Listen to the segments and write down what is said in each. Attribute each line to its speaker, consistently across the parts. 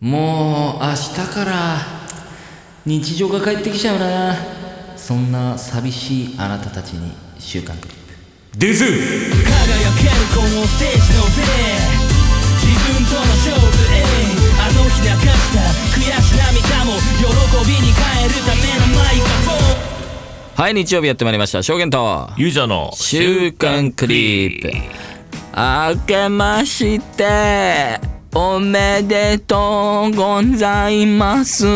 Speaker 1: もう明日から日常が帰ってきちゃうなそんな寂しいあなたたちに週刊クリップ
Speaker 2: デズ
Speaker 3: 輝けるこのステージの上自分との勝負へあの日流した悔し涙も喜びに変えるためのマイクロフォン
Speaker 1: はい日曜日やってまいりました証言と
Speaker 2: ユージャーの
Speaker 1: 週刊クリップあけましておめでとうございます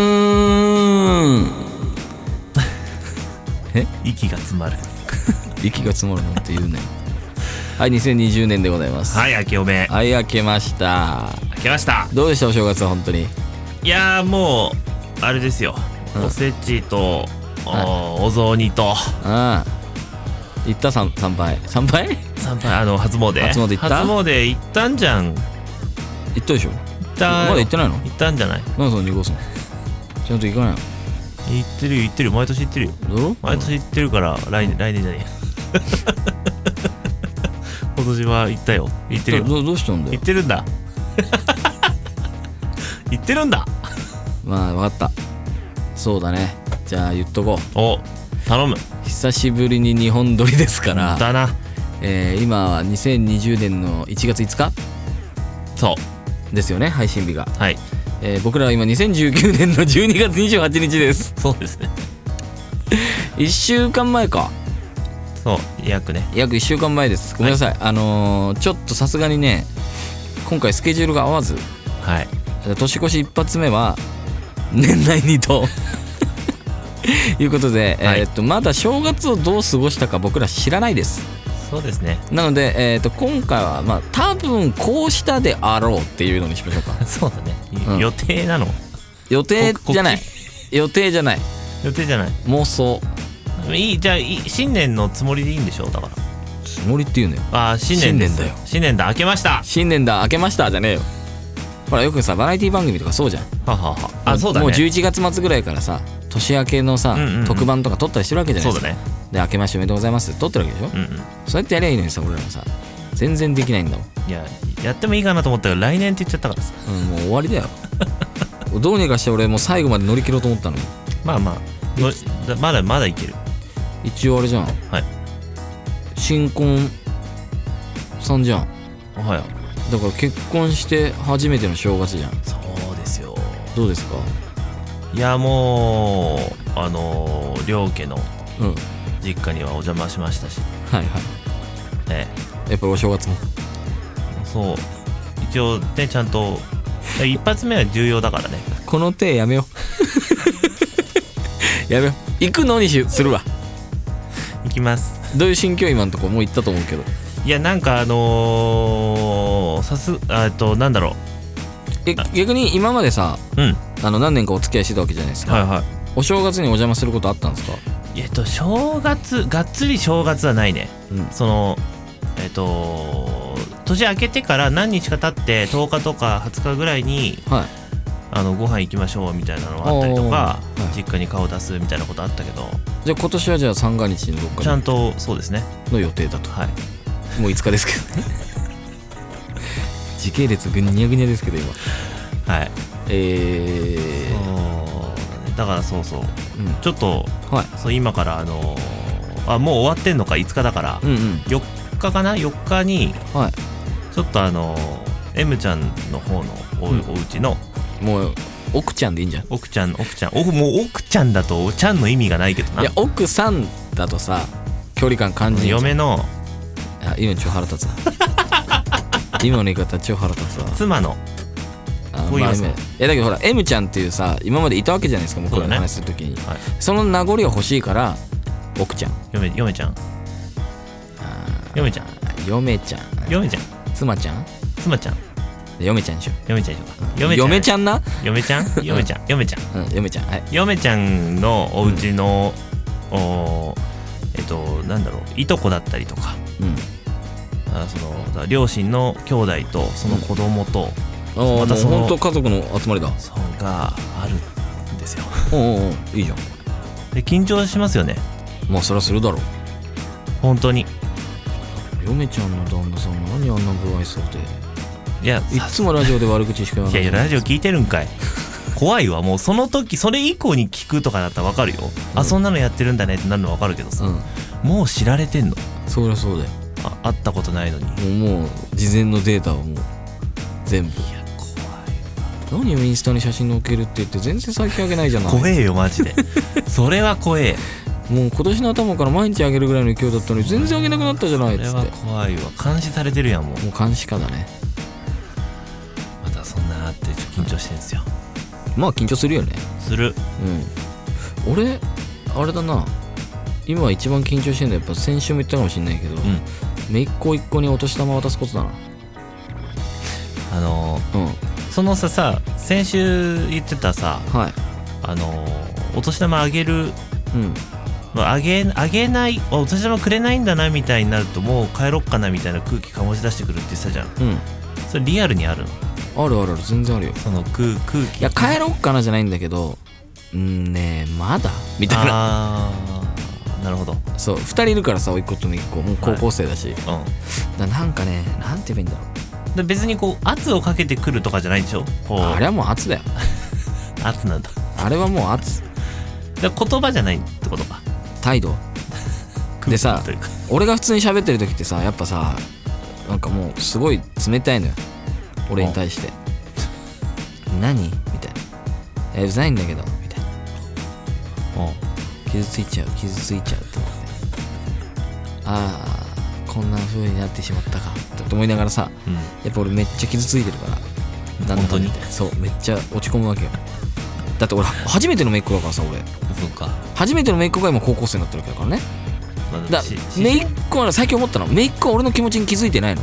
Speaker 2: 息が詰まる
Speaker 1: 息が積もるなんて言うねはい2020年でございます
Speaker 2: はい明けおめ
Speaker 1: はい明けました
Speaker 2: 明けました
Speaker 1: どうでしたお正月は本当に
Speaker 2: いやーもうあれですよ、
Speaker 1: うん
Speaker 2: おせちとお,、お雑煮と
Speaker 1: ああ行った参参拝参 拝
Speaker 2: 参拝あの初詣
Speaker 1: 初詣行った
Speaker 2: 初詣行ったんじゃん行
Speaker 1: 行
Speaker 2: っ
Speaker 1: ったでしょ
Speaker 2: た
Speaker 1: まだ行ってないの
Speaker 2: 行ったんじゃない
Speaker 1: 何その2号さんちゃんと行かない
Speaker 2: 行ってるよ行ってるよ毎年行ってるよ
Speaker 1: のだろ
Speaker 2: 毎年行ってるから来年来年じ ゃねえや今年は行ったよ行ってるよ
Speaker 1: どどうしたんだ
Speaker 2: 行
Speaker 1: よ
Speaker 2: って るんだ行ってるんだ
Speaker 1: まあ分かったそうだねじゃあ言っとこ
Speaker 2: お頼む
Speaker 1: う久しぶりに日本撮りですから、
Speaker 2: だな
Speaker 1: えー今は2020年の1月5日
Speaker 2: そう
Speaker 1: ですよね配信日が、
Speaker 2: はい
Speaker 1: えー僕らは今2019年の12月28日です
Speaker 2: そうですね
Speaker 1: 1週間前か
Speaker 2: そう約ね
Speaker 1: 約1週間前ですごめんなさい、あのーちょっとさすがにね今回スケジュールが合わず
Speaker 2: はい
Speaker 1: 年越し一発目は年内にと いうことで、
Speaker 2: はい
Speaker 1: えーっとまだ正月をどう過ごしたか僕ら知らないです
Speaker 2: そうですね
Speaker 1: なので、えーっと今回はまあ多分こうしたであろうっていうのにしましょうか
Speaker 2: そうだね、
Speaker 1: うん
Speaker 2: 予定なの
Speaker 1: 予定じゃない予定じゃない
Speaker 2: 予定じゃない
Speaker 1: 妄想
Speaker 2: いいじゃあいい新年のつもりでいいんでしょだから
Speaker 1: つもりっていうのよ
Speaker 2: あー新年です
Speaker 1: 新年だよ
Speaker 2: 新年だ明けました
Speaker 1: 新年だ明けましたじゃねえよほらよくさバラエティ番組とかそうじゃん
Speaker 2: はははあそうだね
Speaker 1: もう11月末ぐらいからさ年明けのさ、
Speaker 2: うんうんうん
Speaker 1: 特番とか撮ったりしてるわけじゃない
Speaker 2: そう
Speaker 1: です
Speaker 2: だ
Speaker 1: か、
Speaker 2: ね
Speaker 1: で明けましておめでとうございますって撮ってるわけでしょ、
Speaker 2: うんうん
Speaker 1: そうやってやりゃいいのにさ俺らもさ全然できないんだもん、
Speaker 2: いややってもいいかなと思ったけど来年って言っちゃったからさ
Speaker 1: うん、もう終わり だよどうにかして俺もう最後まで乗り切ろうと思ったのに
Speaker 2: まあまあのだまだまだいける
Speaker 1: 一応あれじゃん
Speaker 2: はい
Speaker 1: 新婚さんじゃん
Speaker 2: おはよ
Speaker 1: だから結婚して初めての正月じゃん
Speaker 2: うそうですよ
Speaker 1: どうですか
Speaker 2: いやもうあのー両家の
Speaker 1: うん
Speaker 2: 実家にはお邪魔しましたし
Speaker 1: はいはい
Speaker 2: え
Speaker 1: やっぱりお正月も
Speaker 2: えそう一応ねちゃんとえ一発目は重要だからね
Speaker 1: この手やめよう やめよう行くのにしするわ
Speaker 2: いきます
Speaker 1: どういう心境今のとこもう言ったと思うけど
Speaker 2: いやなんかあのー、さすあえっとなんだろ
Speaker 1: え逆に今までさ
Speaker 2: ううん
Speaker 1: あの何年かお付き合いしてたわけじゃないですか、
Speaker 2: はいは
Speaker 1: お正月にお邪魔することあったんですか
Speaker 2: いえっと正月がっつり正月はないね
Speaker 1: うん
Speaker 2: そのえっと年明けてから何日か経って10日とか20日ぐらいに
Speaker 1: はい
Speaker 2: あのご飯行きましょうみたいなのがあったりとか
Speaker 1: おーはい
Speaker 2: 実家に顔出すみたいなことあったけど
Speaker 1: じゃあ今年はじゃあ三が日のどっ
Speaker 2: ちゃ
Speaker 1: か
Speaker 2: んとそうですね
Speaker 1: の予定だと
Speaker 2: はい
Speaker 1: もう5日ですけどね時系列ぐにゃぐにゃですけど今
Speaker 2: はい
Speaker 1: え
Speaker 2: そうだねだからそうそう
Speaker 1: ー、うん
Speaker 2: ちょっと
Speaker 1: はい
Speaker 2: そう今からあのーあもう終わってんのか5日だから
Speaker 1: うんうん
Speaker 2: 4日かな4日に
Speaker 1: は
Speaker 2: ちょっとあの M ちゃんの方のお,、う
Speaker 1: うん
Speaker 2: お家の
Speaker 1: いもう奥ちゃんでいいんじゃん
Speaker 2: 奥ちゃん奥ちゃんおもう奥ちゃんだとおちゃんの意味がないけどない
Speaker 1: や奥さんだとさ距離感感じんじゃん
Speaker 2: 嫁の
Speaker 1: あ今の超腹 立つわ今の言い方超腹立つわ
Speaker 2: 妻の
Speaker 1: あ
Speaker 2: こう言います
Speaker 1: まあいやだけどほら M ちゃんっていうさ今までいたわけじゃないですか僕ら
Speaker 2: そう
Speaker 1: の
Speaker 2: だね
Speaker 1: 話するときにそ,、
Speaker 2: はい
Speaker 1: の名残が欲しいから奥ちゃん
Speaker 2: 嫁嫁ちゃん嫁ちゃん
Speaker 1: 嫁ちゃん
Speaker 2: 嫁ちゃん
Speaker 1: 妻ちゃん
Speaker 2: 妻ちゃん
Speaker 1: 嫁ちゃんでしょ
Speaker 2: 嫁ちゃんでしょうか
Speaker 1: 嫁ち
Speaker 2: ん
Speaker 1: ゃんな、
Speaker 2: 嫁ちゃん嫁ちゃん嫁ちゃん
Speaker 1: うん、嫁ちゃんはい
Speaker 2: 嫁ちゃんのお家の、おえっとなんだろういとこだったりとか
Speaker 1: うん
Speaker 2: あそのだから両親の兄弟とその子供と、
Speaker 1: ああ、
Speaker 2: ま
Speaker 1: も
Speaker 2: た
Speaker 1: う
Speaker 2: その
Speaker 1: 本当家族の集まりだ
Speaker 2: そうがあるんですよ
Speaker 1: おうんうんいいじゃん
Speaker 2: で緊張しますよね
Speaker 1: まあそりゃするだろう
Speaker 2: 本当に
Speaker 1: 嫁ちゃんの旦那さん何あんな不愛想で
Speaker 2: いや
Speaker 1: いっつもラジオで悪口しか言わ
Speaker 2: い
Speaker 1: な
Speaker 2: や
Speaker 1: い
Speaker 2: いやラジオ聞いてるん かい怖いわもうその時それ以降に聞くとかだったら分かるよ、あそんなのやってるんだねってなるの分かるけどさ、
Speaker 1: うん
Speaker 2: もう知られてんの
Speaker 1: そりゃそうだよ
Speaker 2: あ会ったことないのにいや
Speaker 1: もうもう事前のデータはもう全部何をインスタに写真載っけるって言って全然最近あげないじゃない
Speaker 2: 怖い怖えよマ ジでそれは怖え
Speaker 1: もう今年の頭から毎日あげるぐらいの勢いだったのに全然あげなくなったじゃな
Speaker 2: そ
Speaker 1: いっ
Speaker 2: れ
Speaker 1: つ
Speaker 2: は
Speaker 1: って
Speaker 2: 怖いわ監視されてるやんもう
Speaker 1: もう監視下だね
Speaker 2: またそんなあってちょっと緊張してんすよ
Speaker 1: まあ緊張するよね
Speaker 2: する
Speaker 1: うん俺あれだな今一番緊張してるのはやっぱ先週も言ったかもしんないけど、
Speaker 2: うん
Speaker 1: めいっ子一個にお年玉渡すことだな
Speaker 2: あの
Speaker 1: うん
Speaker 2: ーそのささ先週言ってたさ
Speaker 1: はい
Speaker 2: あのーお年玉あげ
Speaker 1: う
Speaker 2: る
Speaker 1: ん
Speaker 2: まああげあげないあお年玉くれないんだなみたいになるともう帰ろっかなみたいな空気醸し出してくるって言ってたじゃん
Speaker 1: うん
Speaker 2: それリアルにあるの
Speaker 1: あるあるある全然あるよ
Speaker 2: その空空気
Speaker 1: いや帰ろっかなじゃないんだけどうんねえまだみたいな
Speaker 2: あーなるほど
Speaker 1: そう2人いるからさ甥っ子と姪っ子もう高校生だし、
Speaker 2: う
Speaker 1: だなんかねなんて言えばいいんだろ
Speaker 2: んで別にこう圧をかけてくるとかじゃないでしょこう
Speaker 1: うあれはもう圧だよ
Speaker 2: 圧なんだ
Speaker 1: あれはもう圧
Speaker 2: で言葉じゃないってことか
Speaker 1: 態度でさ
Speaker 2: 空気というか
Speaker 1: 俺が普通に喋ってる時ってさやっぱさなんかもうすごい冷たいのよ俺に対 して「何?」みたいな「えうざいんだけど」みたいな傷ついちゃう傷ついちゃうと思ってああこんな風になってしまったかって思いながらさ
Speaker 2: うんうん
Speaker 1: やっぱ俺めっちゃ傷ついてるからなんだ
Speaker 2: 本
Speaker 1: か
Speaker 2: 当
Speaker 1: ん
Speaker 2: に
Speaker 1: だ言ってそうめっちゃ落ち込むわけよだって俺初めての姪っ子だからさ俺
Speaker 2: そうか
Speaker 1: 初めての姪っ子が今高校生になってるわけだからね
Speaker 2: まあ
Speaker 1: だ
Speaker 2: しし
Speaker 1: 姪っ子は最近思ったの姪っ子は俺の気持ちに気づいてないの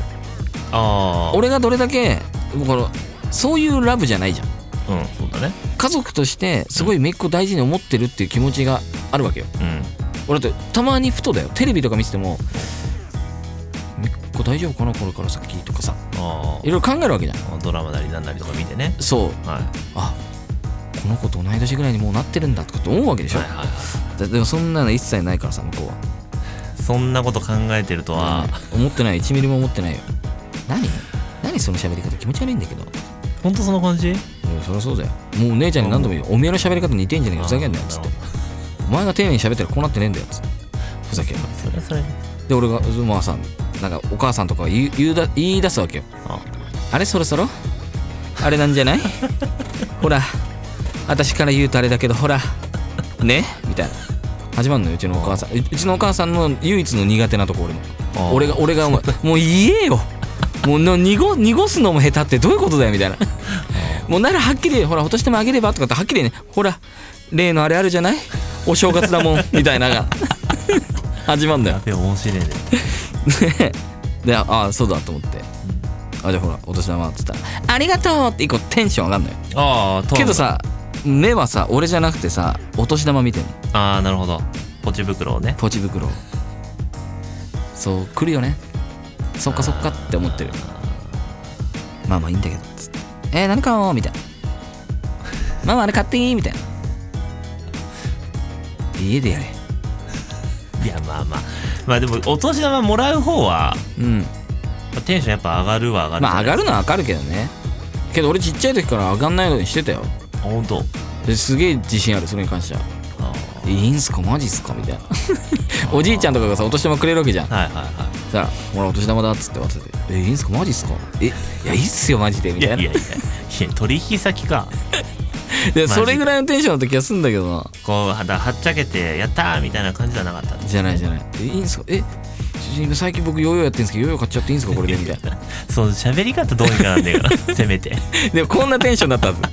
Speaker 2: ああ
Speaker 1: 俺がどれだけもうこのそういうラブじゃないじゃん
Speaker 2: うんそうだね
Speaker 1: 家族としてすごい姪っ子を大事に思ってるっていう気持ちがあるわけよ
Speaker 2: うん
Speaker 1: 俺だってたまにふとだよテレビとか見てても姪っ子大丈夫かなこれから先とかさ
Speaker 2: あ
Speaker 1: いろいろ考えるわけじゃん
Speaker 2: あドラマなりなんなりとか見てね
Speaker 1: そう
Speaker 2: はい
Speaker 1: あこの子と同い年ぐらいにもうなってるんだとかって思うわけでしょ
Speaker 2: はいはいは
Speaker 1: だでもそんなの一切ないからさ向こうはい
Speaker 2: そんなこと考えてるとは
Speaker 1: 思ってない1ミリも思ってないよ何何その喋り方気持ち悪いんだけど
Speaker 2: 本当その感じ
Speaker 1: いやそりゃそうだよもうお姉ちゃんに何度も言うおめえの喋り方似てんじゃねえかふざけんなよっつってお前が丁寧に喋ったらこうなってねえんだよっつってふざけんなっつって
Speaker 2: それそれ
Speaker 1: で俺がまあさなんかお母さんとかが言う言うだ言い出すわけよ
Speaker 2: あ
Speaker 1: あれそろそろあれなんじゃないほら私から言うとあれだけどほらねみたいな始まんのようちのお母さんううちのお母さんの唯一の苦手なとこ俺の
Speaker 2: あ
Speaker 1: 俺が俺がお前もう言えよもうの濁濁すのも下手ってどういうことだよみたいなもうならはっきりほら落としてもあげればとかってはっきりねほら例のあれあるじゃないお正月だもんみたいなのが始まんだよ
Speaker 2: やべえ面白いね
Speaker 1: ね でああそうだと思ってあじゃあほらお年玉っつったら「ありがとう!」って一個テンション上がんのよ
Speaker 2: ああ
Speaker 1: けどさ目はさ俺じゃなくてさお年玉見てんの
Speaker 2: ああなるほどポチ袋をね
Speaker 1: ポチ袋をそう来るよねそっかそっかって思ってるまあまあいいんだけどつってえー、何買おうみたいなママあれ買っていいみたいな家でやれ
Speaker 2: いやまあまあまあでもお年玉もらう方は
Speaker 1: うん
Speaker 2: まあテンションやっぱ上がるは上がる
Speaker 1: まあ上がるのは上がるけどねけど俺ちっちゃい時から上がんないようにしてたよ
Speaker 2: あ本当
Speaker 1: ですげえ自信あるそれに関しては
Speaker 2: あ
Speaker 1: 「いいんすかマジっすか?」みたいな おじいちゃんとかがさお年玉くれるわけじ ゃん
Speaker 2: あはいはいは
Speaker 1: そしたら「ほらお年玉だ」っつって渡して「えいいんすかマジっすかえ」いやいいっすよマジで」み
Speaker 2: いい
Speaker 1: た
Speaker 2: や
Speaker 1: い
Speaker 2: い
Speaker 1: な
Speaker 2: やいやいや取引先か
Speaker 1: で
Speaker 2: マジ
Speaker 1: それぐらいのテンションの時はすんだけどな
Speaker 2: こうはだはっちゃけてやったーみたいな感じじゃなかった
Speaker 1: じゃないじゃない「えいいんすかえ主人最近僕ヨーヨーやってんすけどヨーヨー買っちゃっていいんすかこれで」みたいな
Speaker 2: そう喋り方どうにかなんねえからせめて
Speaker 1: でもこんなテンションだったはず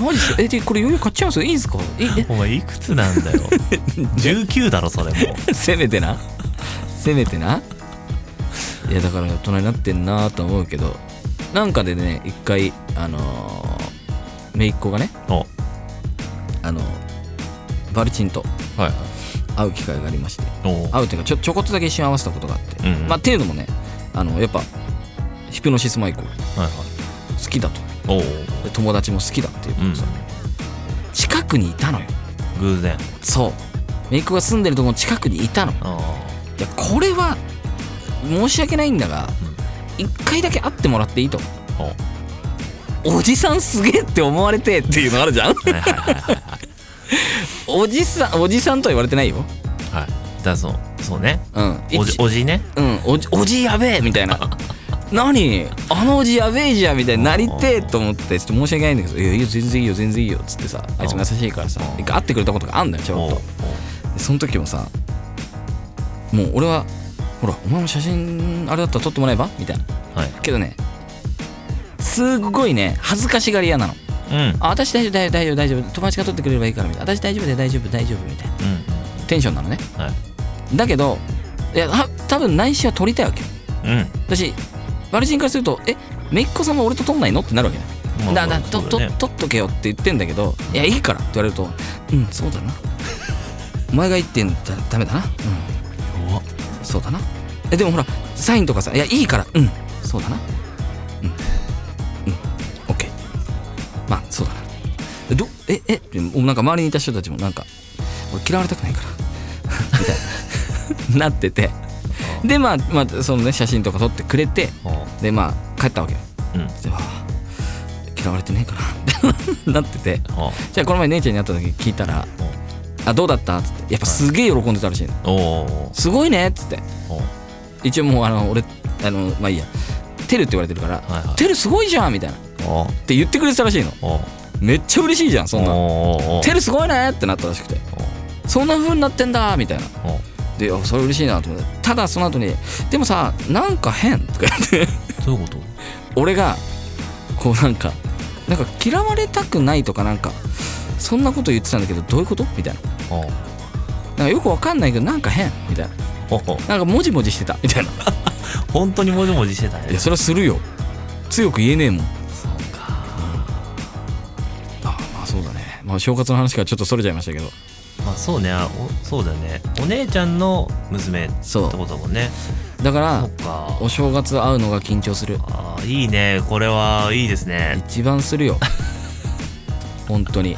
Speaker 1: マジっすかえでこれヨーヨー買っちゃうんすよいいんすかえ
Speaker 2: お前いくつな んだよ19だろそれも
Speaker 1: え せめてなせめてないやだから大人になってんなとは思うけどなんかでね一回あのー、姪っ子がね
Speaker 2: お
Speaker 1: あのバルチンと
Speaker 2: はい
Speaker 1: 会う機会がありまして
Speaker 2: お
Speaker 1: 会うというかちょちょこっとだけ一瞬合わせたことがあって、
Speaker 2: うんうん
Speaker 1: まあっていうのもねあのやっぱヒプノシスマイク好
Speaker 2: はいはい
Speaker 1: きだと
Speaker 2: おお
Speaker 1: で友達も好きだっていうこ
Speaker 2: う
Speaker 1: と
Speaker 2: ん
Speaker 1: さ、近くにいたのよ
Speaker 2: 偶然
Speaker 1: そうメイクが住んでるところの近くにいたのい
Speaker 2: あ
Speaker 1: やこれは申し訳ないんだが、一回だけ会ってもらっていいと
Speaker 2: あほ
Speaker 1: おじさんすげえって思われてっていうのあるじ ゃん
Speaker 2: うはいはいはいはい
Speaker 1: おじさんおじさんとは言われてないよ
Speaker 2: はいだそうそうね
Speaker 1: うん
Speaker 2: おじ
Speaker 1: 一
Speaker 2: おじね
Speaker 1: うん、おじおじやべえみたい な何あのおじやべえじゃんみたいになりてえと思ってちょっと申し訳ないんだけど「いやいいよ全然いいよ全然いいよ」っつってさあいつも優しいからさ一回会ってくれたことがあんだよちょ
Speaker 2: お
Speaker 1: っ
Speaker 2: うお
Speaker 1: と
Speaker 2: う
Speaker 1: でその時もさもう俺は「ほらお前も写真あれだったら撮ってもらえば?」みたいな
Speaker 2: はい
Speaker 1: けどねすっごいね恥ずかしがり屋なの
Speaker 2: うんうん
Speaker 1: 「あ私大丈夫大丈夫大丈夫友達が撮ってくれればいいから」みたいな「私大丈夫で大丈夫大丈夫」みたいなテンションなのね
Speaker 2: はい
Speaker 1: だけどいやは多分内緒は撮りたいわけよ
Speaker 2: うん
Speaker 1: 私バルチンからすると「えめいっ子さんは俺と撮んないの?」ってなるわけ
Speaker 2: まあ
Speaker 1: だだだ
Speaker 2: まあ
Speaker 1: と
Speaker 2: そう
Speaker 1: と
Speaker 2: ね
Speaker 1: 撮っとけよって言ってんだけど「いやいいから」って言われると「うんそう だなお前が言ってんだったらダメだなうん弱そうだなえでもほらサインとかさ「いやいいからうんそうだなうんうんオッケーまあそうだなえどええでもなんか周りにいた人たちもなんか「俺嫌われたくないから」 みたいな なっててでまあ、まあ、そのね写真とか撮ってくれて
Speaker 2: おう
Speaker 1: でまあ帰ったわけよ
Speaker 2: うん
Speaker 1: であー嫌われてねえかなって なってて
Speaker 2: おう
Speaker 1: じゃあこの前姉ちゃんに会った時聞いたら「あどうだった?」っつってやっぱすげえ喜んでたらしいの
Speaker 2: おうおうおう
Speaker 1: 「すごいね」っつって
Speaker 2: おう
Speaker 1: 一応もうあの俺あのまあいいや「テル」って言われてるから
Speaker 2: はい
Speaker 1: 「
Speaker 2: はい
Speaker 1: テルすごいじゃん」みたいなっ
Speaker 2: おう
Speaker 1: て言ってくれてたらしいの
Speaker 2: おう
Speaker 1: めっちゃ嬉しいじゃんそんな
Speaker 2: おうおうお
Speaker 1: 「
Speaker 2: う
Speaker 1: テルすごいね」ってなったらしくて「そんな風になってんだ」みたいな
Speaker 2: おうおう
Speaker 1: であそれ嬉しいなと思ってただその後に「でもさなんか変」とか言って
Speaker 2: どういうこと
Speaker 1: 俺がこうなんかなんか嫌われたくないとかなんかそんなこと言ってたんだけどどういうことみたいな
Speaker 2: おう
Speaker 1: なんかよくわかんないけどなんか変みたいな
Speaker 2: おうおう
Speaker 1: なんかモジモジしてたみたいな
Speaker 2: 本当にもじもじしてた
Speaker 1: い
Speaker 2: ね
Speaker 1: やそれはするよ強く言えねえもん
Speaker 2: そうか
Speaker 1: ああまあそうだねまあ正月の話からちょっとそれちゃいましたけど
Speaker 2: まあそうねあおそうだねお姉ちゃんの娘って
Speaker 1: そう
Speaker 2: ことだもんね
Speaker 1: だか
Speaker 2: そ
Speaker 1: ら
Speaker 2: っか
Speaker 1: お正月会うのが緊張する
Speaker 2: あーいいねこれはいいですね
Speaker 1: 一番する よ本当に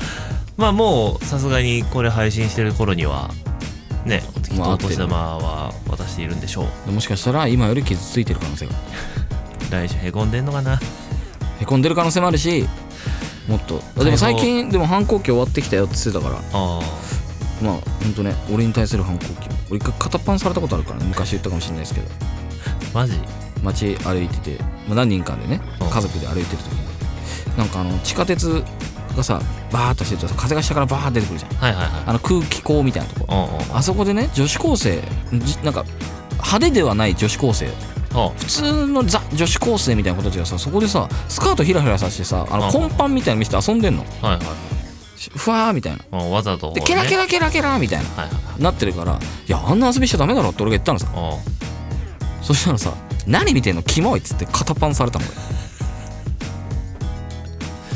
Speaker 2: まあもうさすがにこれ配信してる頃にはねきっ
Speaker 1: まあ
Speaker 2: とお年玉は渡しているんでしょう
Speaker 1: もしかしたら今より傷ついてる可能性が
Speaker 2: 来週へこんでんのかな
Speaker 1: へこんでる可能性もあるしもっとあでも最近でも反抗期終わってきたよって言ってたから
Speaker 2: あ
Speaker 1: まあ本当ね俺に対する反抗期俺一回片っ端されたことあるからね昔言ったかもしれないですけど
Speaker 2: ーマジ
Speaker 1: 街歩いてて、まあ、何人かでね
Speaker 2: うん
Speaker 1: 家族で歩いてる時になんかあの地下鉄がさバーッとしてるとさ風が下からバーッ出てくるじゃん
Speaker 2: はいはいはい
Speaker 1: あの空気口みたいなとこ
Speaker 2: おう
Speaker 1: あそこでね女子高生じなんか派手ではない女子高生
Speaker 2: おうおう
Speaker 1: 普通のザ女子高生みたいな子たちがさそこでさスカートひらひらさしてさあ
Speaker 2: う
Speaker 1: の
Speaker 2: ん
Speaker 1: コンパンみたいなの見せて遊んでんの
Speaker 2: はいはい
Speaker 1: しふわーみたいな
Speaker 2: おうわざと、
Speaker 1: で
Speaker 2: ね、
Speaker 1: ケラケラケラケラみたいな
Speaker 2: はいはいはい
Speaker 1: なってるからいやあんな遊びしちゃダメだろって俺が言ったのさ
Speaker 2: おう
Speaker 1: そしたらさ「何見てんのキモい」っつって肩パンされたの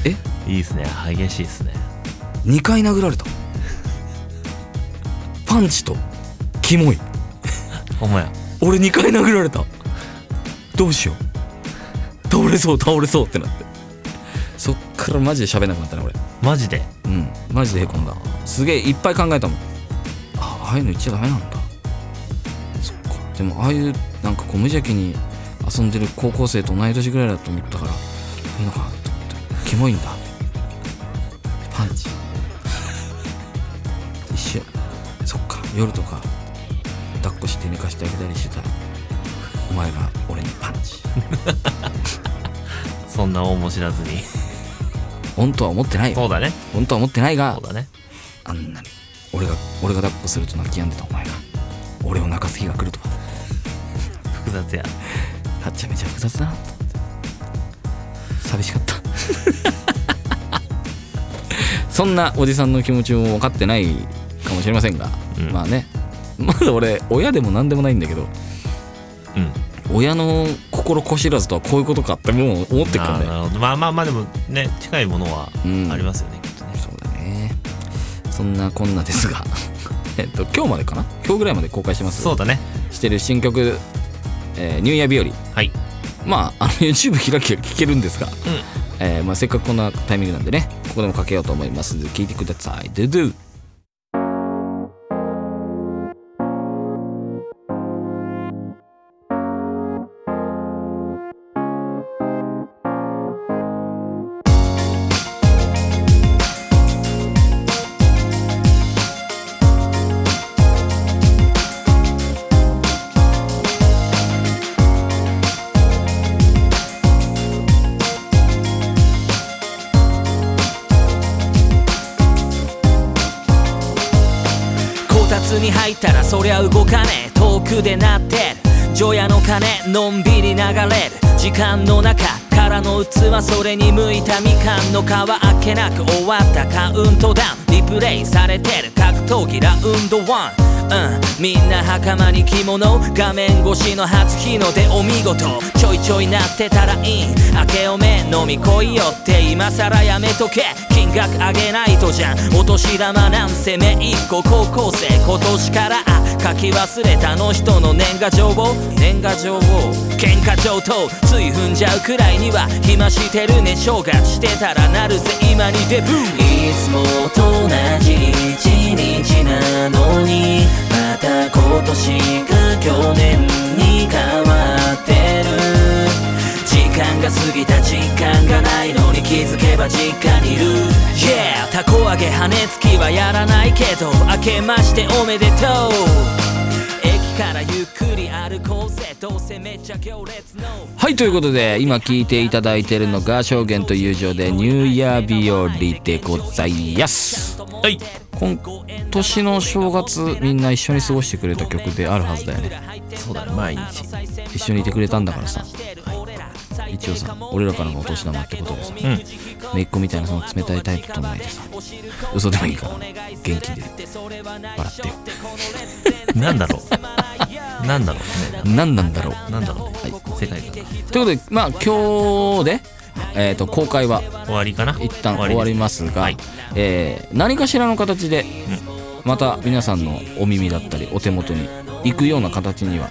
Speaker 1: 俺
Speaker 2: いいですね激しいですね
Speaker 1: え2回殴られたパンチとキモい
Speaker 2: ほんまや
Speaker 1: 俺2回殴られたどうしよう倒れそう倒れそうってなってそっからマジで喋んなくなったね俺
Speaker 2: マジで
Speaker 1: うんマジでへこんだすげえいっぱい考えたもんあああいうの言っちゃダメなんだそっかでもああいうなんかこう無邪気に遊んでる高校生と同い年ぐらいだと思ったからいいのかなと思ってキモいんだパンチ 一緒そっか夜とか抱っこして寝かしてあげたりしてたお前が俺にパンチ
Speaker 2: そんな恩も知らず に
Speaker 1: 本当は思ってないよ
Speaker 2: そうだね
Speaker 1: 本当は思ってないが
Speaker 2: そうだね
Speaker 1: あんなに俺が俺が抱っこすると泣き止んでたお前が俺を泣かす日が来るとは
Speaker 2: 複雑や
Speaker 1: はっちゃめちゃ複雑だなと思って寂しかった そんなおじさんの気持ちも分かってないかもしれませんが、
Speaker 2: うん
Speaker 1: まあねまだ俺親でも何でもないんだけど
Speaker 2: うん
Speaker 1: 親の心こしらずとはこういうことかってもう思ってくる
Speaker 2: あ
Speaker 1: んだ
Speaker 2: ー
Speaker 1: よ
Speaker 2: なるほどまあまあまあでもね近いものは
Speaker 1: うん
Speaker 2: ありますよね、きっとね
Speaker 1: そうだねそんなこんなですが えっと今日までかな今日ぐらいまで公開してます
Speaker 2: そうだね
Speaker 1: してる新曲、えーニューイヤー日和
Speaker 2: はい
Speaker 1: まあ、あの YouTube 開きが聞けるんですが、えーまあ、せっかくこんなタイミングなんでねここでもかけようと思いますので聞いてください「ドゥドゥ」
Speaker 4: 「
Speaker 3: に入ったらそりゃ動かねえ遠くで鳴ってる除夜の鐘のんびり流れる時間の中からの器それに向いたみかんの皮あっけなく終わったカウントダウンリプレイされてる格闘技ラウンド1うん、みんな袴に着物画面越しの初日の出お見事ちょいちょいなってたらいい明けおめ飲み来いよって今さらやめとけ金額上げないとじゃんお年玉なんせめいっ子高校生今年からあ書き忘れたの人の年賀状を年賀状を喧嘩上等つい踏んじゃうくらいには暇してるね正月してたらなるぜ今にデブーいつもと同じ一日なのにまた今年が去年に変わってる時間が過ぎた実感がないのに気づけば実家にいる Yeah たこ揚げ羽根つきはやらないけど明けましておめでとう駅からゆっくり歩こうぜどうせめっちゃ行列の
Speaker 1: はいということで今聞いていただいてるのが「証言と友情」でニューイヤー日和でございます
Speaker 2: はい
Speaker 1: 今年の正月みんな一緒に過ごしてくれた曲であるはずだよね
Speaker 2: そうだね毎日
Speaker 1: 一緒にいてくれたんだからさ一応さ俺らからのお年玉ってことでさ、
Speaker 2: うん
Speaker 1: めいっ子みたいなその冷たいタイプと思えてさ嘘でもいいから元気で笑ってよ
Speaker 2: なんだろ うなんだろうね
Speaker 1: 何なんだろう
Speaker 2: なんだろうね、世界が
Speaker 1: ということでまあ今日で、えー、と公開は
Speaker 2: 終わりかな
Speaker 1: 一旦終わりますすが、
Speaker 2: はい
Speaker 1: えー何かしらの形で、また皆さんのお耳だったりお手元に行くような形には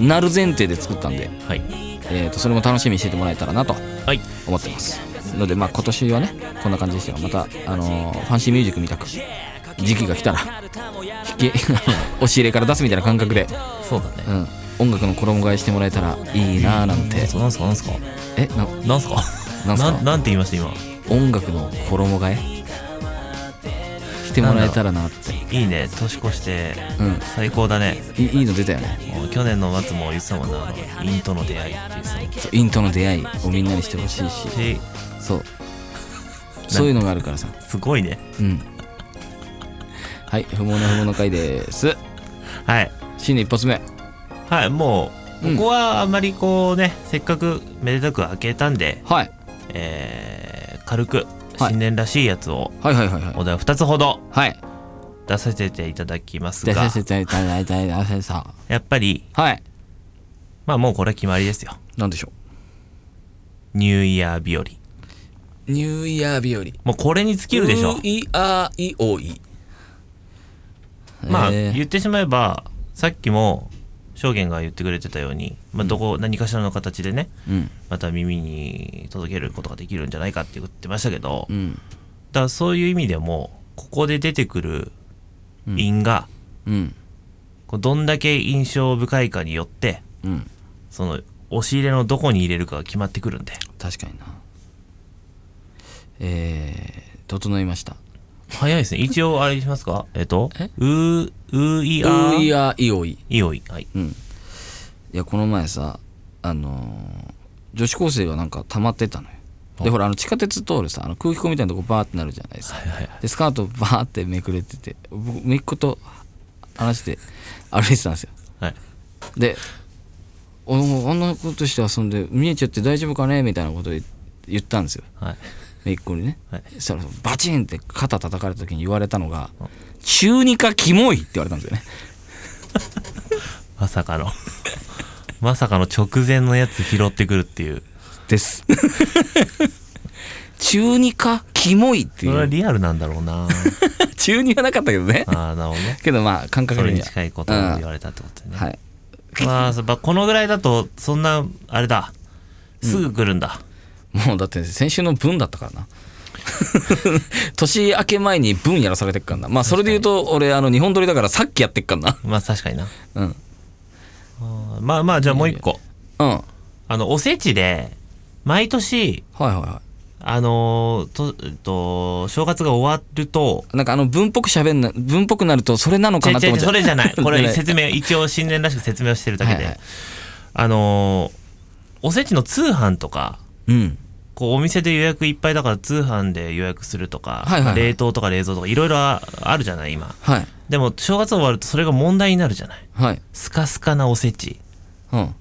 Speaker 1: なる前提で作ったんで、
Speaker 2: はい
Speaker 1: えー、とそれも楽しみにしててもらえたらなと
Speaker 2: はい
Speaker 1: 思ってますのでまあ今年はねこんな感じですよまた、あのーファンシーミュージックみたく時期が来たら引き 押し入れから出すみたいな感覚で、
Speaker 2: そうだね
Speaker 1: うん、音楽の衣替えしてもらえたらいいなーなんて
Speaker 2: そうなんすかなんすか
Speaker 1: えな
Speaker 2: なんすか
Speaker 1: なんすか
Speaker 2: なんて言いました今
Speaker 1: 音楽の衣替えしてもらえたらなって
Speaker 2: いいね年越して、
Speaker 1: うん
Speaker 2: 最高だね
Speaker 1: いいいの出たよね
Speaker 2: もう去年の末も言ってたもんなあのインとの出会いっていうさ
Speaker 1: そうインとの出会いをみんなにしてほしいし
Speaker 2: で
Speaker 1: そうそういうのがあるからさ
Speaker 2: すごいね
Speaker 1: うんはい不毛な不毛の回です
Speaker 2: はい
Speaker 1: 新年一発目
Speaker 2: はいもう
Speaker 1: うん
Speaker 2: ここはあんまりこうね、せっかくめでたく開けたんで、
Speaker 1: はい
Speaker 2: えー軽く
Speaker 1: はい
Speaker 2: 新年らしいやつを、
Speaker 1: はいはいはいはい
Speaker 2: お題を2つほど
Speaker 1: はい
Speaker 2: 出させていただきます
Speaker 1: 出
Speaker 2: が
Speaker 1: させていただいただいた
Speaker 2: やっぱり
Speaker 1: はい
Speaker 2: まあもうこれは決まりですよ
Speaker 1: なんでしょ
Speaker 2: ニューイヤー日和
Speaker 1: うニューイヤー日和
Speaker 2: もうこれに尽きるでしょ
Speaker 1: イヤーイオイ
Speaker 2: まあ
Speaker 1: えー
Speaker 2: 言ってしまえばさっきも証言が言ってくれてたように、まあ、どこ何かしらの形でね
Speaker 1: うん
Speaker 2: また耳に届けることができるんじゃないかって言ってましたけど、
Speaker 1: う
Speaker 2: だ
Speaker 1: ん
Speaker 2: からそういう意味でもここで出てくる韻が、
Speaker 1: うん
Speaker 2: こうどんだけ印象深いかによって
Speaker 1: うん
Speaker 2: その押し入れのどこに入れるかが決まってくるんで
Speaker 1: 確かになえー、整いました
Speaker 2: 早いですね一応あれにしますかえっと
Speaker 1: え
Speaker 2: うーうーいあ
Speaker 1: ウイ
Speaker 2: ー
Speaker 1: ヤーイオイ
Speaker 2: いおいはい
Speaker 1: うんいやこの前さあのー女子高生がなんか溜まってたのよでほらあの地下鉄通るさあの空気口みたいなとこバーってなるじゃないですか、
Speaker 2: はい
Speaker 1: でスカートバーってめくれてて僕めっ子と話して歩いてたんですよ
Speaker 2: はい
Speaker 1: で「おあんなことして遊んで見えちゃって大丈夫かね?」みたいなこと言言ったんですよ
Speaker 2: はい
Speaker 1: めっ子にね、
Speaker 2: はい
Speaker 1: そしたらバチンって肩叩かれた時に言われたのが「中二かキモい」って言われたんですよね
Speaker 2: まさかの まさかの直前のやつ拾ってくるっていう
Speaker 1: です 中二かキモいって
Speaker 2: それはいリアルなんだろうな
Speaker 1: う 中二はなかったけどね
Speaker 2: ああなるほどね
Speaker 1: けどまあ感覚
Speaker 2: そ
Speaker 1: 的
Speaker 2: れ
Speaker 1: に
Speaker 2: に
Speaker 1: は
Speaker 2: 近いことを
Speaker 1: うん
Speaker 2: 言われたってことね、
Speaker 1: はい
Speaker 2: まあそうまあこのぐらいだとそんなあれだすぐ来るんだ、
Speaker 1: もうだって先週の分だったからな 年明け前に分やらされてっからなまあそれで言うと俺あの日本撮りだからさっきやってっから
Speaker 2: まあ確かにな
Speaker 1: なうん
Speaker 2: あーまあまあじゃあもう一個
Speaker 1: うんはい
Speaker 2: あのおせちで毎年
Speaker 1: はいは
Speaker 2: あのーとえっと正月が終わると
Speaker 1: いなんかあの文っぽくしゃべんな文っぽくなるとそれなのか
Speaker 2: 違う
Speaker 1: なって
Speaker 2: 違
Speaker 1: 思
Speaker 2: う
Speaker 1: っちゃう
Speaker 2: それ じゃないこ
Speaker 1: じゃ
Speaker 2: れ
Speaker 1: ない
Speaker 2: 説明一応新年らしく説明をしてるだけで、
Speaker 1: はいはい
Speaker 2: あのーおせちの通販とか
Speaker 1: うん
Speaker 2: こうお店で予約いっぱいだから通販で予約するとか、
Speaker 1: はいはいはい
Speaker 2: 冷凍とか冷蔵とかいろいろあるじゃない今
Speaker 1: はい
Speaker 2: でも正月終わるとそれが問題になるじゃない
Speaker 1: はい、
Speaker 2: スカスカなおせち
Speaker 1: うん、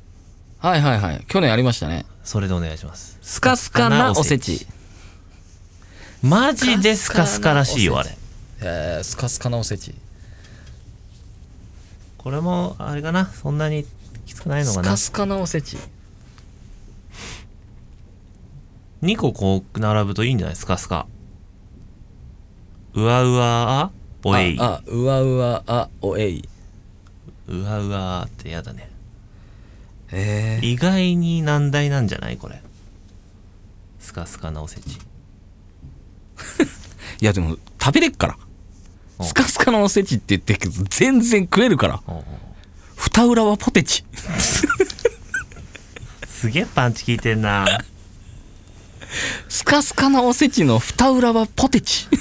Speaker 1: はいはいはい去年ありましたね
Speaker 2: それでお願いします
Speaker 1: スカスカなおせち
Speaker 2: マジでスカスカらしいよあれ
Speaker 1: えー、スカスカなおせち
Speaker 2: これもあれかなそんなにきつくないの
Speaker 1: ス
Speaker 2: かな
Speaker 1: カスカなおせち
Speaker 2: 2個こう並ぶといいんじゃないスカスカうわうわあおえい
Speaker 1: ああうわうわあおえいう
Speaker 2: わうわあってやだね
Speaker 1: えー、
Speaker 2: 意外に難題なんじゃないこれスカスカなおせち
Speaker 1: いやでも食べれっから
Speaker 2: お
Speaker 1: スカスカのおせちって言ってるけど全然食えるから
Speaker 2: おうおう
Speaker 1: 二裏はポテチ
Speaker 2: すげえパンチ効いてん な
Speaker 1: スカスカなおせちの二裏はポテチ
Speaker 2: や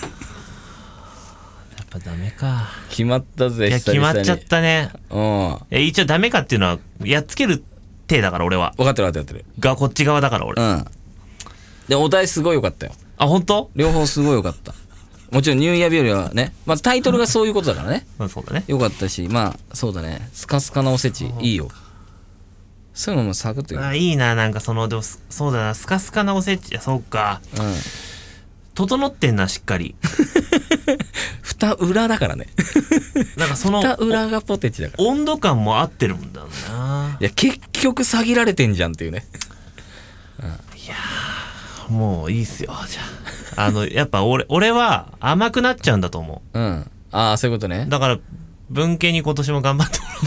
Speaker 2: っぱダメか
Speaker 1: 決まったぜ
Speaker 2: いや
Speaker 1: 久
Speaker 2: 決
Speaker 1: 々
Speaker 2: ま
Speaker 1: に
Speaker 2: っちゃったね
Speaker 1: うん
Speaker 2: え一応ダメかっていうのはやっつける手だから俺は
Speaker 1: 分かってる分かってる
Speaker 2: がこっち側だから俺、
Speaker 1: うんでお題すごい良かったよ
Speaker 2: あ本当
Speaker 1: 両方すごい良かったもちろんニューイヤー日和はね、まあ、タイトルがそういうことだからね
Speaker 2: うんそうだね
Speaker 1: 良かったしまあそうだねスカスカなおせちいいよそういうのもサクッといく
Speaker 2: あいいななんかそのでもすそうだなスカスカなおせちいやそうか
Speaker 1: うん
Speaker 2: 整ってんなしっか り
Speaker 1: 二裏だ からね
Speaker 2: なんかその
Speaker 1: 二裏がポテチだから
Speaker 2: 温度感も合ってるもんだない
Speaker 1: や結局詐欺られてんじゃんっていうね
Speaker 2: もういいっすよじゃああのやっぱ俺俺は甘くなっちゃうんだと思
Speaker 1: うんああそういうことね
Speaker 2: うだから文系に今年も頑張ってもらおう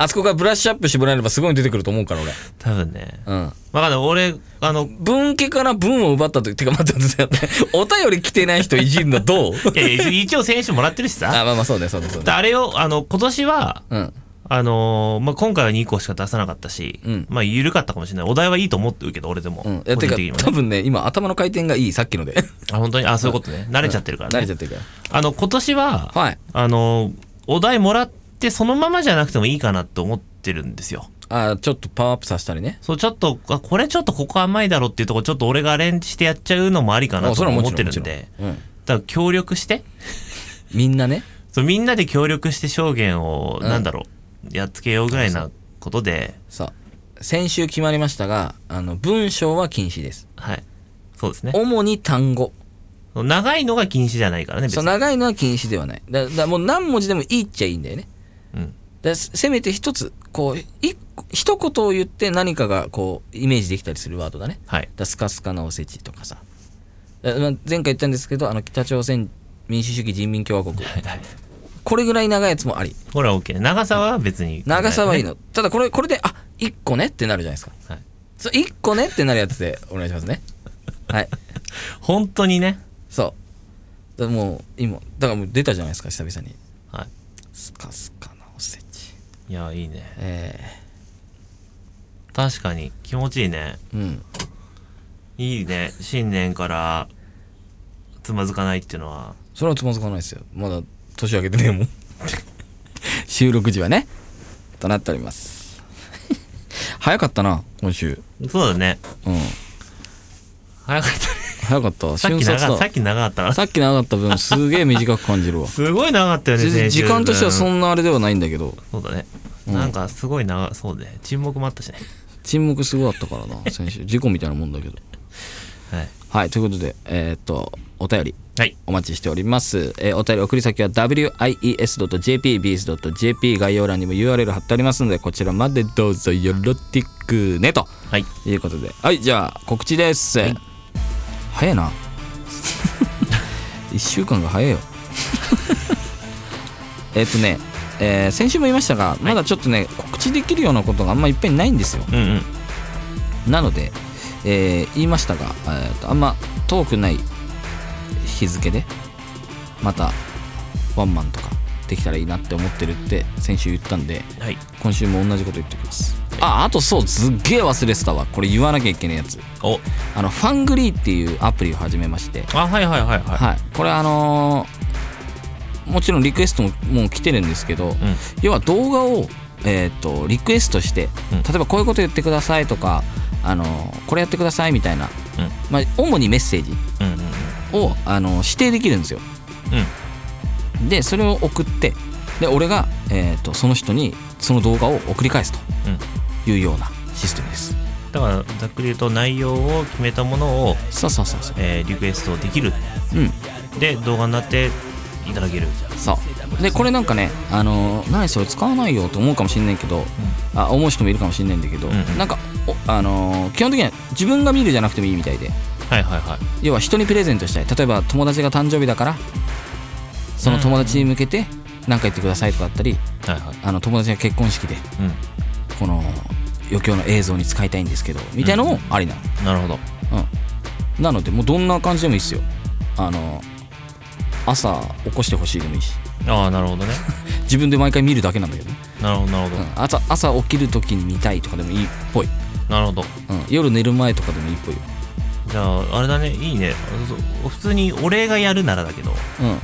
Speaker 1: あそこからブラッシュアップしてもらえればすごいの出てくると思うから俺
Speaker 2: 多分ね
Speaker 1: うん
Speaker 2: 分かんない俺あの
Speaker 1: 文家から文を奪った時てか待って待って待ってお便り来てない人いじるのどう
Speaker 2: いやいや一応選手もらってるしさ
Speaker 1: あまあまあそうねそうねそうね
Speaker 2: あれをあの今年は
Speaker 1: うん
Speaker 2: あのーまあ、今回は2個しか出さなかったし、
Speaker 1: うん
Speaker 2: まあ緩かったかもしれないお題はいいと思ってるけど俺でも、
Speaker 1: うんい
Speaker 2: 個
Speaker 1: や
Speaker 2: 人
Speaker 1: てか
Speaker 2: 的にも
Speaker 1: 多
Speaker 2: ね
Speaker 1: 分ね今頭の回転がいいさっきので
Speaker 2: あ本当にあそういうことね慣れちゃってるからね、
Speaker 1: 慣れちゃってるか
Speaker 2: あの今年は、
Speaker 1: らはい
Speaker 2: あのーお題もらってそのままじゃなくてもいいかなと思ってるんですよ
Speaker 1: あちょっとパワーアップさせたりね
Speaker 2: そうちょっとあこれちょっとここ甘いだろっていうとこちょっと俺がアレンジしてやっちゃうのもありかな
Speaker 1: あ
Speaker 2: と
Speaker 1: それはも
Speaker 2: 思っ
Speaker 1: ち
Speaker 2: て
Speaker 1: ろん
Speaker 2: る
Speaker 1: もち
Speaker 2: ん
Speaker 1: ろん
Speaker 2: で
Speaker 1: うん
Speaker 2: だから協力して
Speaker 1: みんなね
Speaker 2: そうみんなで協力して証言を、
Speaker 1: うん
Speaker 2: なんだろうやっつけようぐらいなことで
Speaker 1: さあ先週決まりましたがあの文章は禁止です
Speaker 2: はいそうですね
Speaker 1: 主に単語
Speaker 2: 長いのが禁止じゃないからね別
Speaker 1: そう
Speaker 2: に
Speaker 1: 長いのは禁止ではないだだからもう何文字でもいいっちゃいいんだよね
Speaker 2: うん
Speaker 1: だせせめて一つこう一個一言を言って何かがこうイメージできたりするワードだね
Speaker 2: はい
Speaker 1: だスカスカなおせちとかさだまあ前回言ったんですけどあの北朝鮮民主主義人民共和国これぐらい長いやつもあり
Speaker 2: これは OK ね長さは別に、
Speaker 1: 長さはいい
Speaker 2: の、
Speaker 1: のただこれこれであ一個ねってなるじゃないですか
Speaker 2: はい、
Speaker 1: そう一個ねってなるやつでお願いしますねはい
Speaker 2: 本当にね、
Speaker 1: そうだからもう今だからもう出たじゃないですか久々に
Speaker 2: は
Speaker 1: スカスカなおせち
Speaker 2: い、いやいいね
Speaker 1: え
Speaker 2: 確かに気持ちいいね
Speaker 1: えうん
Speaker 2: いいね新年からつまずかないっていうのは
Speaker 1: それはつまずかないですよまだ年明けてねえもん 収録時はねとなっております 早かったな今週
Speaker 2: そうだね
Speaker 1: うん
Speaker 2: 早かった
Speaker 1: 早かった
Speaker 2: さっ
Speaker 1: 瞬
Speaker 2: き
Speaker 1: 殺
Speaker 2: 長さっ
Speaker 1: だ
Speaker 2: き長かったな
Speaker 1: さっき長かった分すげえ短く感じ るわ
Speaker 2: すごい長かったよね
Speaker 1: 全然
Speaker 2: 先週
Speaker 1: 時間としてはそ
Speaker 2: うん
Speaker 1: なあれではないんだけど
Speaker 2: そうだね、
Speaker 1: うん
Speaker 2: なんかすごい長そうで沈黙もあったしね
Speaker 1: 沈黙すごかったからな先週事故みたいなもんだけど
Speaker 2: はい、
Speaker 1: はいということでえーっとお便り
Speaker 2: はい、
Speaker 1: お待ちしております。えーお便り送り先は wies.jpbees.jp 概要欄にも URL 貼ってありますのでこちらまでどうぞよろしくねと
Speaker 2: はい
Speaker 1: いうことではいじゃあ告知です。早いな。1週間が早いよ。 えっとね、えー先週も言いましたがまだちょっとね告知できるようなことがあんまいっぺんにないんですよ。
Speaker 2: うんうん
Speaker 1: なので、えー言いましたが、えーとあんま遠くない日付でまたワンマンとかできたらいいなって思ってるって先週言ったんで
Speaker 2: はい
Speaker 1: 今週も同じこと言っておきますああとそうすっげえ忘れてたわこれ言わなきゃいけないやつ
Speaker 2: お
Speaker 1: あのファングリーっていうアプリを始めまして
Speaker 2: あはいはいはいはい、
Speaker 1: はいこれあのーもちろんリクエストももう来てるんですけど、
Speaker 2: うん
Speaker 1: 要は動画を、えー、とリクエストして、
Speaker 2: うん
Speaker 1: 例えばこういうこと言ってくださいとか、あのこれやってくださいみたいな、
Speaker 2: うん
Speaker 1: まあ、主にメッセージ
Speaker 2: うんうん
Speaker 1: を、あの指定できるんですよ。
Speaker 2: うん
Speaker 1: でそれを送ってで俺が、えー、とその人にその動画を送り返すというようなシステムです。
Speaker 2: だからざっくり言うと内容を決めたものを、
Speaker 1: そうそうそうそう。
Speaker 2: えーリクエストできる
Speaker 1: うん、
Speaker 2: で動画になっていただける
Speaker 1: そうでこれなんかね、あのー何それ使わないよと思うかもしれないけど、あ思う人もいるかもしれないんだけど、
Speaker 2: うんうん
Speaker 1: なんか、おあのー基本的には自分が見るじゃなくてもいいみたいで
Speaker 2: はいはいはい
Speaker 1: 要は人にプレゼントしたい例えば友達が誕生日だからその友達に向けて何か言ってくださいとかあったり
Speaker 2: はいはい
Speaker 1: あの友達が結婚式で
Speaker 2: う
Speaker 1: この余興の映像に使いたいんですけどみたいなのもありなの。
Speaker 2: んなるほど
Speaker 1: うん、なのでもうどんな感じでもいいっすよあの朝起こしてほしいでもいいし
Speaker 2: ああなるほどね
Speaker 1: 自分で毎回見るだけなんだけどね、
Speaker 2: なるほどなるほ
Speaker 1: う
Speaker 2: ど、
Speaker 1: ん、朝朝起きる時に見たいとかでもいいっぽい、
Speaker 2: なるほど
Speaker 1: うん、夜寝る前とかでもいいっぽいよ、
Speaker 2: じゃああれだねいいねそ普通に俺がやるならだけど
Speaker 1: う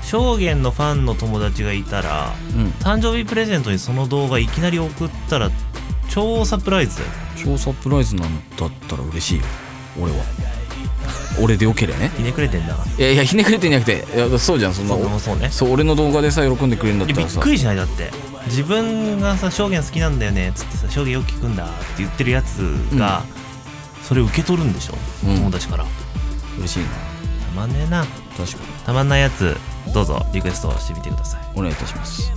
Speaker 2: 証言のファンの友達がいたら
Speaker 1: んうん、
Speaker 2: 誕生日プレゼントにその動画いきなり送ったら超サプライズだよ
Speaker 1: 超サプライズなんだったら嬉しいよ俺は俺でよければね
Speaker 2: ひねくれてんだ
Speaker 1: いやいやひねくれてんじゃなくていやそうじゃんそんな
Speaker 2: そうかもそうね
Speaker 1: そう俺の動画でさ喜んでくれるんだっ
Speaker 2: え
Speaker 1: た
Speaker 2: びっ
Speaker 1: らさ
Speaker 2: くりしないだって自分がさ証言好きなんだよねっつってさ証言よく聞くんだって言ってるやつが、それ受け取るんでしょ、
Speaker 1: うん
Speaker 2: 友達から
Speaker 1: 嬉しいな
Speaker 2: たまんねえな
Speaker 1: 確かに
Speaker 2: たまんないやつどうぞリクエストしてみてください
Speaker 1: お願いいたします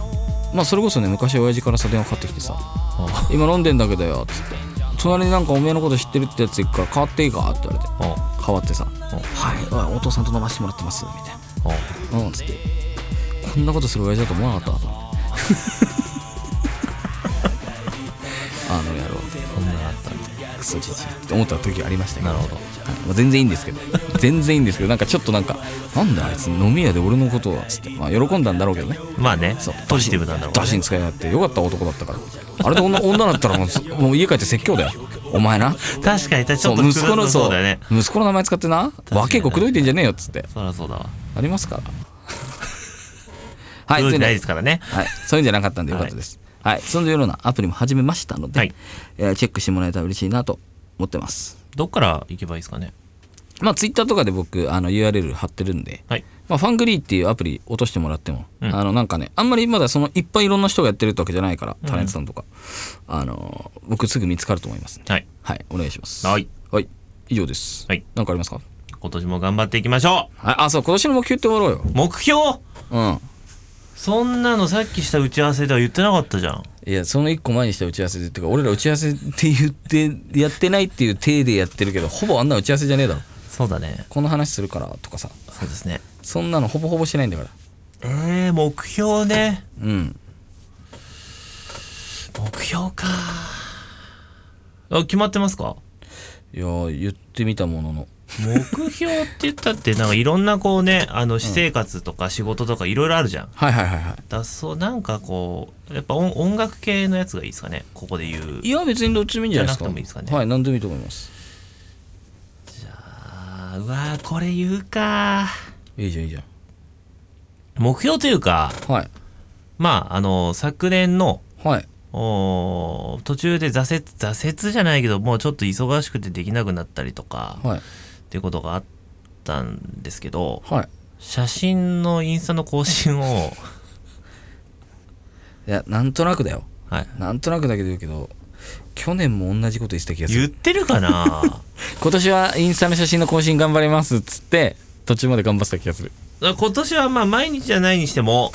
Speaker 1: まあそれこそね昔親父からさ電話かかってきてさ
Speaker 2: あ
Speaker 1: 今飲んでんだけどよ」っつって「隣になんかおめえのこと知ってるってやついるから変わっていいか?」って言われて
Speaker 2: ああ
Speaker 1: 変わってさ「
Speaker 2: うん
Speaker 1: はいおいお父さんと飲ましてもらってます」みたい
Speaker 2: あ
Speaker 1: な「うん」っつって「こんなことする親父だと思わなかったわ」と思って あの野郎
Speaker 2: こんなのあったんで
Speaker 1: クソじじいって思った時ありましたけど
Speaker 2: なるほど
Speaker 1: はいまあ、全然いいんですけど 全然いいんですけどなんかちょっとなんか「なんだあいつ飲み屋で俺のことは」つってまあ喜んだんだろうけどね
Speaker 2: まあね
Speaker 1: そう
Speaker 2: ポジティブなんだろう
Speaker 1: ダシに使いやがってよかった男だったからあれで女女だったらもうもう家帰って説教だよお前な
Speaker 2: 確かに確かにち
Speaker 1: そ
Speaker 2: ょ
Speaker 1: う
Speaker 2: っと
Speaker 1: 息子の
Speaker 2: 複雑
Speaker 1: そ
Speaker 2: そううだよね
Speaker 1: 息子の名前使ってな
Speaker 2: な
Speaker 1: 若え子口説いてんじゃねえよっつって
Speaker 2: そりゃそうだわ
Speaker 1: あり ますからはい
Speaker 2: ル
Speaker 1: と
Speaker 2: ー
Speaker 1: い
Speaker 2: ル
Speaker 1: う
Speaker 2: ない
Speaker 1: ね
Speaker 2: ですからね
Speaker 1: はい、そういうんじゃなかったんでよかったですはい、そのようなアプリも始めましたので、
Speaker 2: はい
Speaker 1: えーチェックしてもらえたら嬉しいなと思ってます
Speaker 2: どっから行けばいいですかね
Speaker 1: まあツイッターとかで僕あの URL 貼ってるんで、
Speaker 2: はい
Speaker 1: まあ、ファングリーっていうアプリ落としてもらっても、
Speaker 2: うん
Speaker 1: あのなんかねあんまりまだそのいっぱいいろんな人がやってるってわけじゃないから、タレントさんとかあの僕すぐ見つかると思いますんで
Speaker 2: はい
Speaker 1: はいお願いします
Speaker 2: はい、
Speaker 1: はい、以上です
Speaker 2: はい
Speaker 1: 何かありますか
Speaker 2: 今年も頑張っていきましょ
Speaker 1: はい、あ、そう、今年の目標って終わろうよ
Speaker 2: う。目標
Speaker 1: う
Speaker 2: そんなのさっきした打ち合わせでは言ってなかったじゃん
Speaker 1: ん。いや、その一個前にした打ち合わせで、ってか、俺ら打ち合わせって言って、やってないっていう体でやってるけど、ほぼあんな打ち合わせじゃねえだろ。
Speaker 2: そうだね
Speaker 1: この話するからとかさ、
Speaker 2: そうですね
Speaker 1: そんなのほぼほぼしてないんだから。
Speaker 2: えー、目標ね
Speaker 1: うん。
Speaker 2: 目標かあ決まってますか
Speaker 1: いやー、言ってみたものの。
Speaker 2: 目標って言ったってなんかいろんなこうねあの私生活とか仕事とかいろいろあるじゃん、
Speaker 1: はいはいはいは
Speaker 2: だそうなんかこうやっぱ音音楽系のやつがいいですかねここで言う
Speaker 1: い。いや、別にどっちでもいいんじゃないですか。
Speaker 2: じゃなくてもいいですかね
Speaker 1: はい、何でもいいと思います。
Speaker 2: あーうわーこれ言うか
Speaker 1: いいじゃん、いいじゃん。
Speaker 2: 目標というか
Speaker 1: はい。
Speaker 2: まああの昨年の
Speaker 1: はい。
Speaker 2: おー途中で挫折挫折じゃないけどもうちょっと忙しくてできなくなったりとか、
Speaker 1: はい。
Speaker 2: っていうことがあったんですけど
Speaker 1: はい。
Speaker 2: 写真のインスタの更新 を
Speaker 1: いや、なんとなくだよ。
Speaker 2: はい
Speaker 1: なんとなくだけど言うけど、去年も同じこと言ってた気がする
Speaker 2: 言。ってるかな
Speaker 1: 今年はインスタの写真の更新頑張りますっつって途中まで頑張ってた気がする
Speaker 2: 今年はまあ毎日じゃないにしても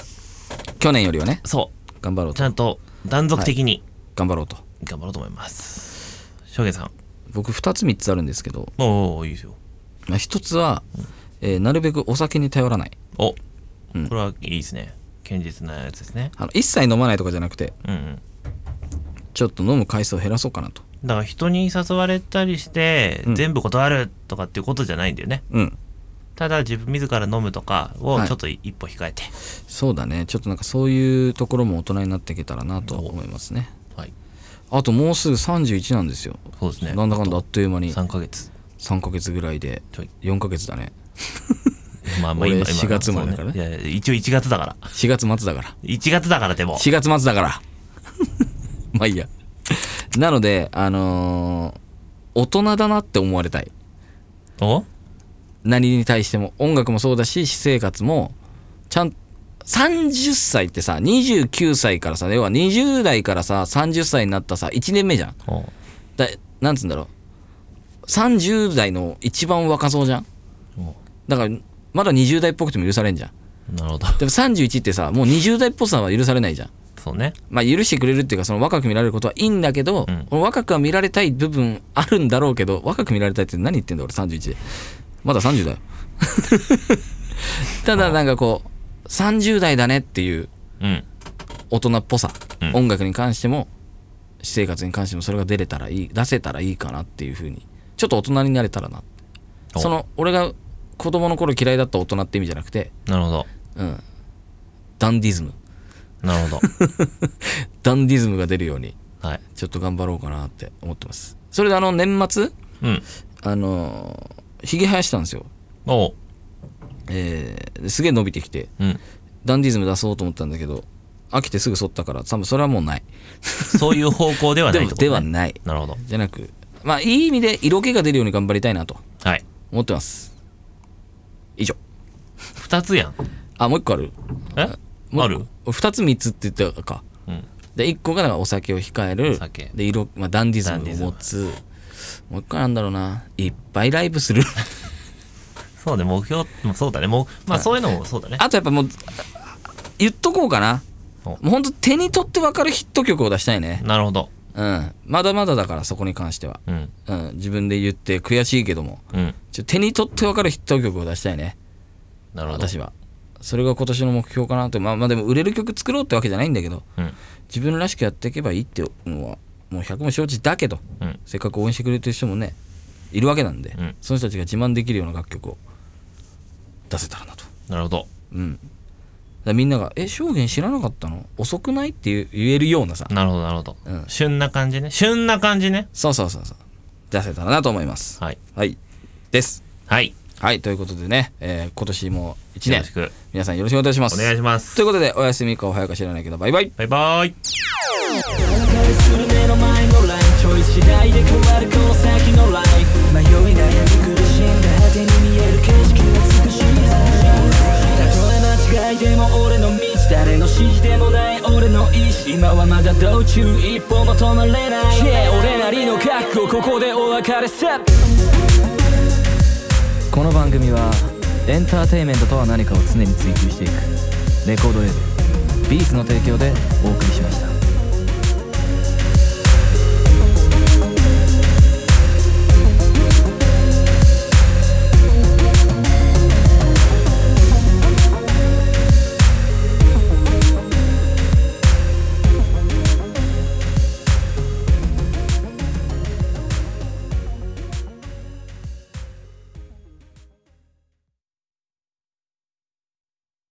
Speaker 1: 去年よりはね
Speaker 2: そ
Speaker 1: 頑張ろう
Speaker 2: うち
Speaker 1: と
Speaker 2: ゃんと断続的に
Speaker 1: 頑張ろうと
Speaker 2: 頑張ろうと思います翔平さん
Speaker 1: 僕2つ3つあるんですけど、
Speaker 2: おおいいですよ
Speaker 1: まあ、1つは、えーなるべくお酒に頼らない
Speaker 2: お、
Speaker 1: うん
Speaker 2: これはいいですね堅実なやつですね
Speaker 1: あの一切飲まないとかじゃなくて
Speaker 2: うんうん
Speaker 1: ちょっと飲む回数を減らそうかなと
Speaker 2: だから人に誘われたりして、
Speaker 1: うん
Speaker 2: 全部断るとかっていうことじゃないんだよね
Speaker 1: うん
Speaker 2: ただ自分自ら飲むとかを
Speaker 1: はい
Speaker 2: ちょっと一歩控えて
Speaker 1: そうだねちょっとなんかそういうところも大人になっていけたらなと思いますね
Speaker 2: はい、
Speaker 1: あともうすぐ31なんですよ
Speaker 2: そうですね
Speaker 1: なんだかんだあっという間に
Speaker 2: 3ヶ月
Speaker 1: 3ヶ月ぐらいで
Speaker 2: ちょい
Speaker 1: 4ヶ月だね
Speaker 2: まあまあ
Speaker 1: 俺
Speaker 2: 今今
Speaker 1: 4月生まれだからね
Speaker 2: そういやいや一応1月だから
Speaker 1: 4月末だから
Speaker 2: 1月だからでも
Speaker 1: 4月末だから まあいいやなのであのー大人だなって思われたい
Speaker 2: お
Speaker 1: 何に対しても音楽もそうだし私生活もちゃん30歳ってさ29歳からさ要は20代からさ30歳になったさ1年目じゃん
Speaker 2: お
Speaker 1: だなんつうんだろう30代の一番若そうじゃん
Speaker 2: お
Speaker 1: だからまだ20代っぽくても許されんじゃん
Speaker 2: なるほど
Speaker 1: でも31ってさもう20代っぽさは許されないじゃん
Speaker 2: そうね
Speaker 1: まあ許してくれるっていうかその若く見られることはいいんだけど、
Speaker 2: うん
Speaker 1: この若くは見られたい部分あるんだろうけど若く見られたいって何言ってんだ俺31でまだ30だよ ただなんかこう30代だねっていう
Speaker 2: うん
Speaker 1: 大人っぽさ、
Speaker 2: うん
Speaker 1: 音楽に関しても私生活に関してもそれが出れたらいい出せたらいいかなっていうふうにちょっと大人になれたらな
Speaker 2: お
Speaker 1: その俺が子供の頃嫌いだった大人って意味じゃなくて、
Speaker 2: なるほど
Speaker 1: うん、ダンディズム
Speaker 2: なるほ
Speaker 1: ダンディズムが出るように
Speaker 2: どはい
Speaker 1: ちょっと頑張ろうかなって思ってますそれであの年末
Speaker 2: うん
Speaker 1: あのーひげ生やしたんですよ、
Speaker 2: おう
Speaker 1: えーですげえ伸びてきて
Speaker 2: うん
Speaker 1: ダンディズム出そうと思ったんだけど飽きてすぐ剃ったから多分それはもうない
Speaker 2: そういう方向では
Speaker 1: で
Speaker 2: ない
Speaker 1: も
Speaker 2: ってこと
Speaker 1: では
Speaker 2: ね
Speaker 1: ない
Speaker 2: なるほど
Speaker 1: じゃなくまあいい意味で色気が出るように頑張りたいなと
Speaker 2: はい
Speaker 1: 思ってます以上
Speaker 2: 二つやん
Speaker 1: あもう一個ある
Speaker 2: え
Speaker 1: もう
Speaker 2: ある
Speaker 1: 2つ3つって言ったか
Speaker 2: うん
Speaker 1: で1個がなんかお酒を控える
Speaker 2: 酒
Speaker 1: で色、まあ、ダンディズムを持つもう一個なんだろうないっぱいライブする
Speaker 2: そうね目標もそうだねもうまあそういうのもそうだね
Speaker 1: あとやっぱもう言っとこうかな
Speaker 2: お
Speaker 1: もうほんと手に取って分かるヒット曲を出したいね
Speaker 2: なるほど
Speaker 1: うんまだまだだからそこに関しては、
Speaker 2: うん
Speaker 1: うん、自分で言って悔しいけども
Speaker 2: うん
Speaker 1: ちょ手に取って分かるヒット曲を出したいね
Speaker 2: なるほど
Speaker 1: 私はそれが今年の目標かなとまあまあでも売れる曲作ろうってわけじゃないんだけど
Speaker 2: うん
Speaker 1: 自分らしくやっていけばいいってのはもう100も承知だけど
Speaker 2: うん
Speaker 1: せっかく応援してくれてる人もねいるわけなんで、
Speaker 2: うん
Speaker 1: その人たちが自慢できるような楽曲を出せたらなと
Speaker 2: なるほど
Speaker 1: うんだからみんなが「え証言知らなかったの遅くない?」っていう言えるようなさ
Speaker 2: なるほどなるほど、
Speaker 1: うん
Speaker 2: 旬な感じね旬な感じね
Speaker 1: そうそうそうそう出せたらなと思います
Speaker 2: はい
Speaker 1: はいです
Speaker 2: はい
Speaker 1: はいということでね、えー今年も1
Speaker 2: よ
Speaker 1: 年
Speaker 2: ろしく
Speaker 1: 皆さんよろしくお願いしま
Speaker 2: お
Speaker 1: す
Speaker 2: 願いします
Speaker 1: ということでおやすみかおはやか知らないけどバイバイ
Speaker 2: バイバイ
Speaker 3: する目の前のラインチョイス次第で変わるこの先のライフ迷い悩み苦しんだ果てに見える景色は美しいたとえ間違いでも俺の道誰の指示でもない俺の意志今はまだ道中一歩も止まれない、Yeah 俺なりの覚悟ここでお別れさ
Speaker 4: この番組はエンターテインメントとは何かを常に追求していくレコードエールビーズの提供でお送りしました